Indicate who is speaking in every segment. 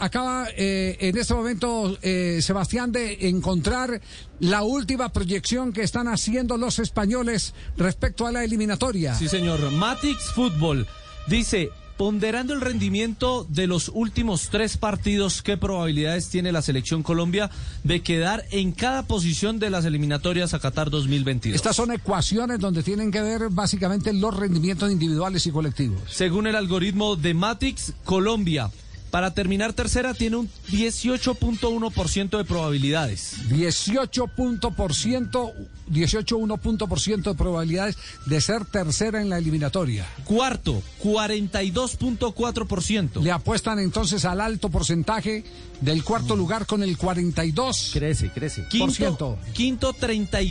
Speaker 1: Acaba eh, en este momento, eh, Sebastián, de encontrar la última proyección que están haciendo los españoles respecto a la eliminatoria.
Speaker 2: Sí, señor. Matix Fútbol dice, ponderando el rendimiento de los últimos tres partidos, ¿qué probabilidades tiene la selección Colombia de quedar en cada posición de las eliminatorias a Qatar 2022?
Speaker 1: Estas son ecuaciones donde tienen que ver básicamente los rendimientos individuales y colectivos.
Speaker 2: Según el algoritmo de Matix, Colombia. Para terminar tercera tiene un 18.1% de probabilidades.
Speaker 1: 18 punto por ciento, 18 1 punto por ciento de probabilidades de ser tercera en la eliminatoria.
Speaker 2: Cuarto, 42.4%.
Speaker 1: Le apuestan entonces al alto porcentaje del cuarto lugar con el 42.
Speaker 2: Crece, crece.
Speaker 1: Por ciento.
Speaker 2: Quinto, quinto 31.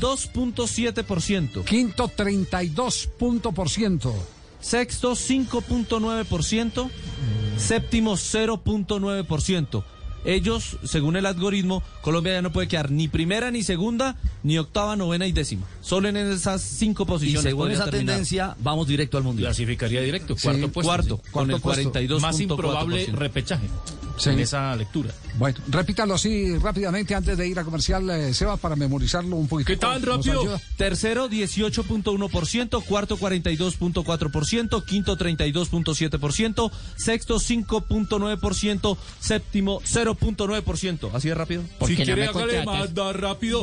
Speaker 2: 2.7%.
Speaker 1: Quinto 32 punto por ciento.
Speaker 2: Sexto 5.9%. Séptimo 0.9%. Ellos, según el algoritmo, Colombia ya no puede quedar ni primera, ni segunda, ni octava, novena y décima. Solo en esas cinco
Speaker 3: Y
Speaker 2: posiciones.
Speaker 3: según
Speaker 2: podría
Speaker 3: esa
Speaker 2: terminar.
Speaker 3: tendencia, vamos directo al mundial.
Speaker 4: Clasificaría directo,
Speaker 1: Sí,
Speaker 4: cuarto puesto.
Speaker 2: Cuarto,
Speaker 4: sí.
Speaker 2: con
Speaker 1: Cuarto
Speaker 2: el
Speaker 1: puesto.
Speaker 2: 42.
Speaker 4: Más improbable repechaje
Speaker 1: Sí.
Speaker 4: en esa lectura.
Speaker 1: Bueno, repítalo así rápidamente antes de ir a comercial, eh, Sebas, para memorizarlo un poquito.
Speaker 4: ¿Qué tal,
Speaker 1: Nos
Speaker 4: rápido?
Speaker 1: ayuda.
Speaker 2: Tercero, 18.1%, cuarto, 42.4%, quinto, 32.7%, sexto, 5.9%, séptimo, 0.9%. ¿Así de rápido?
Speaker 4: Si quiere, hágale más da rápido.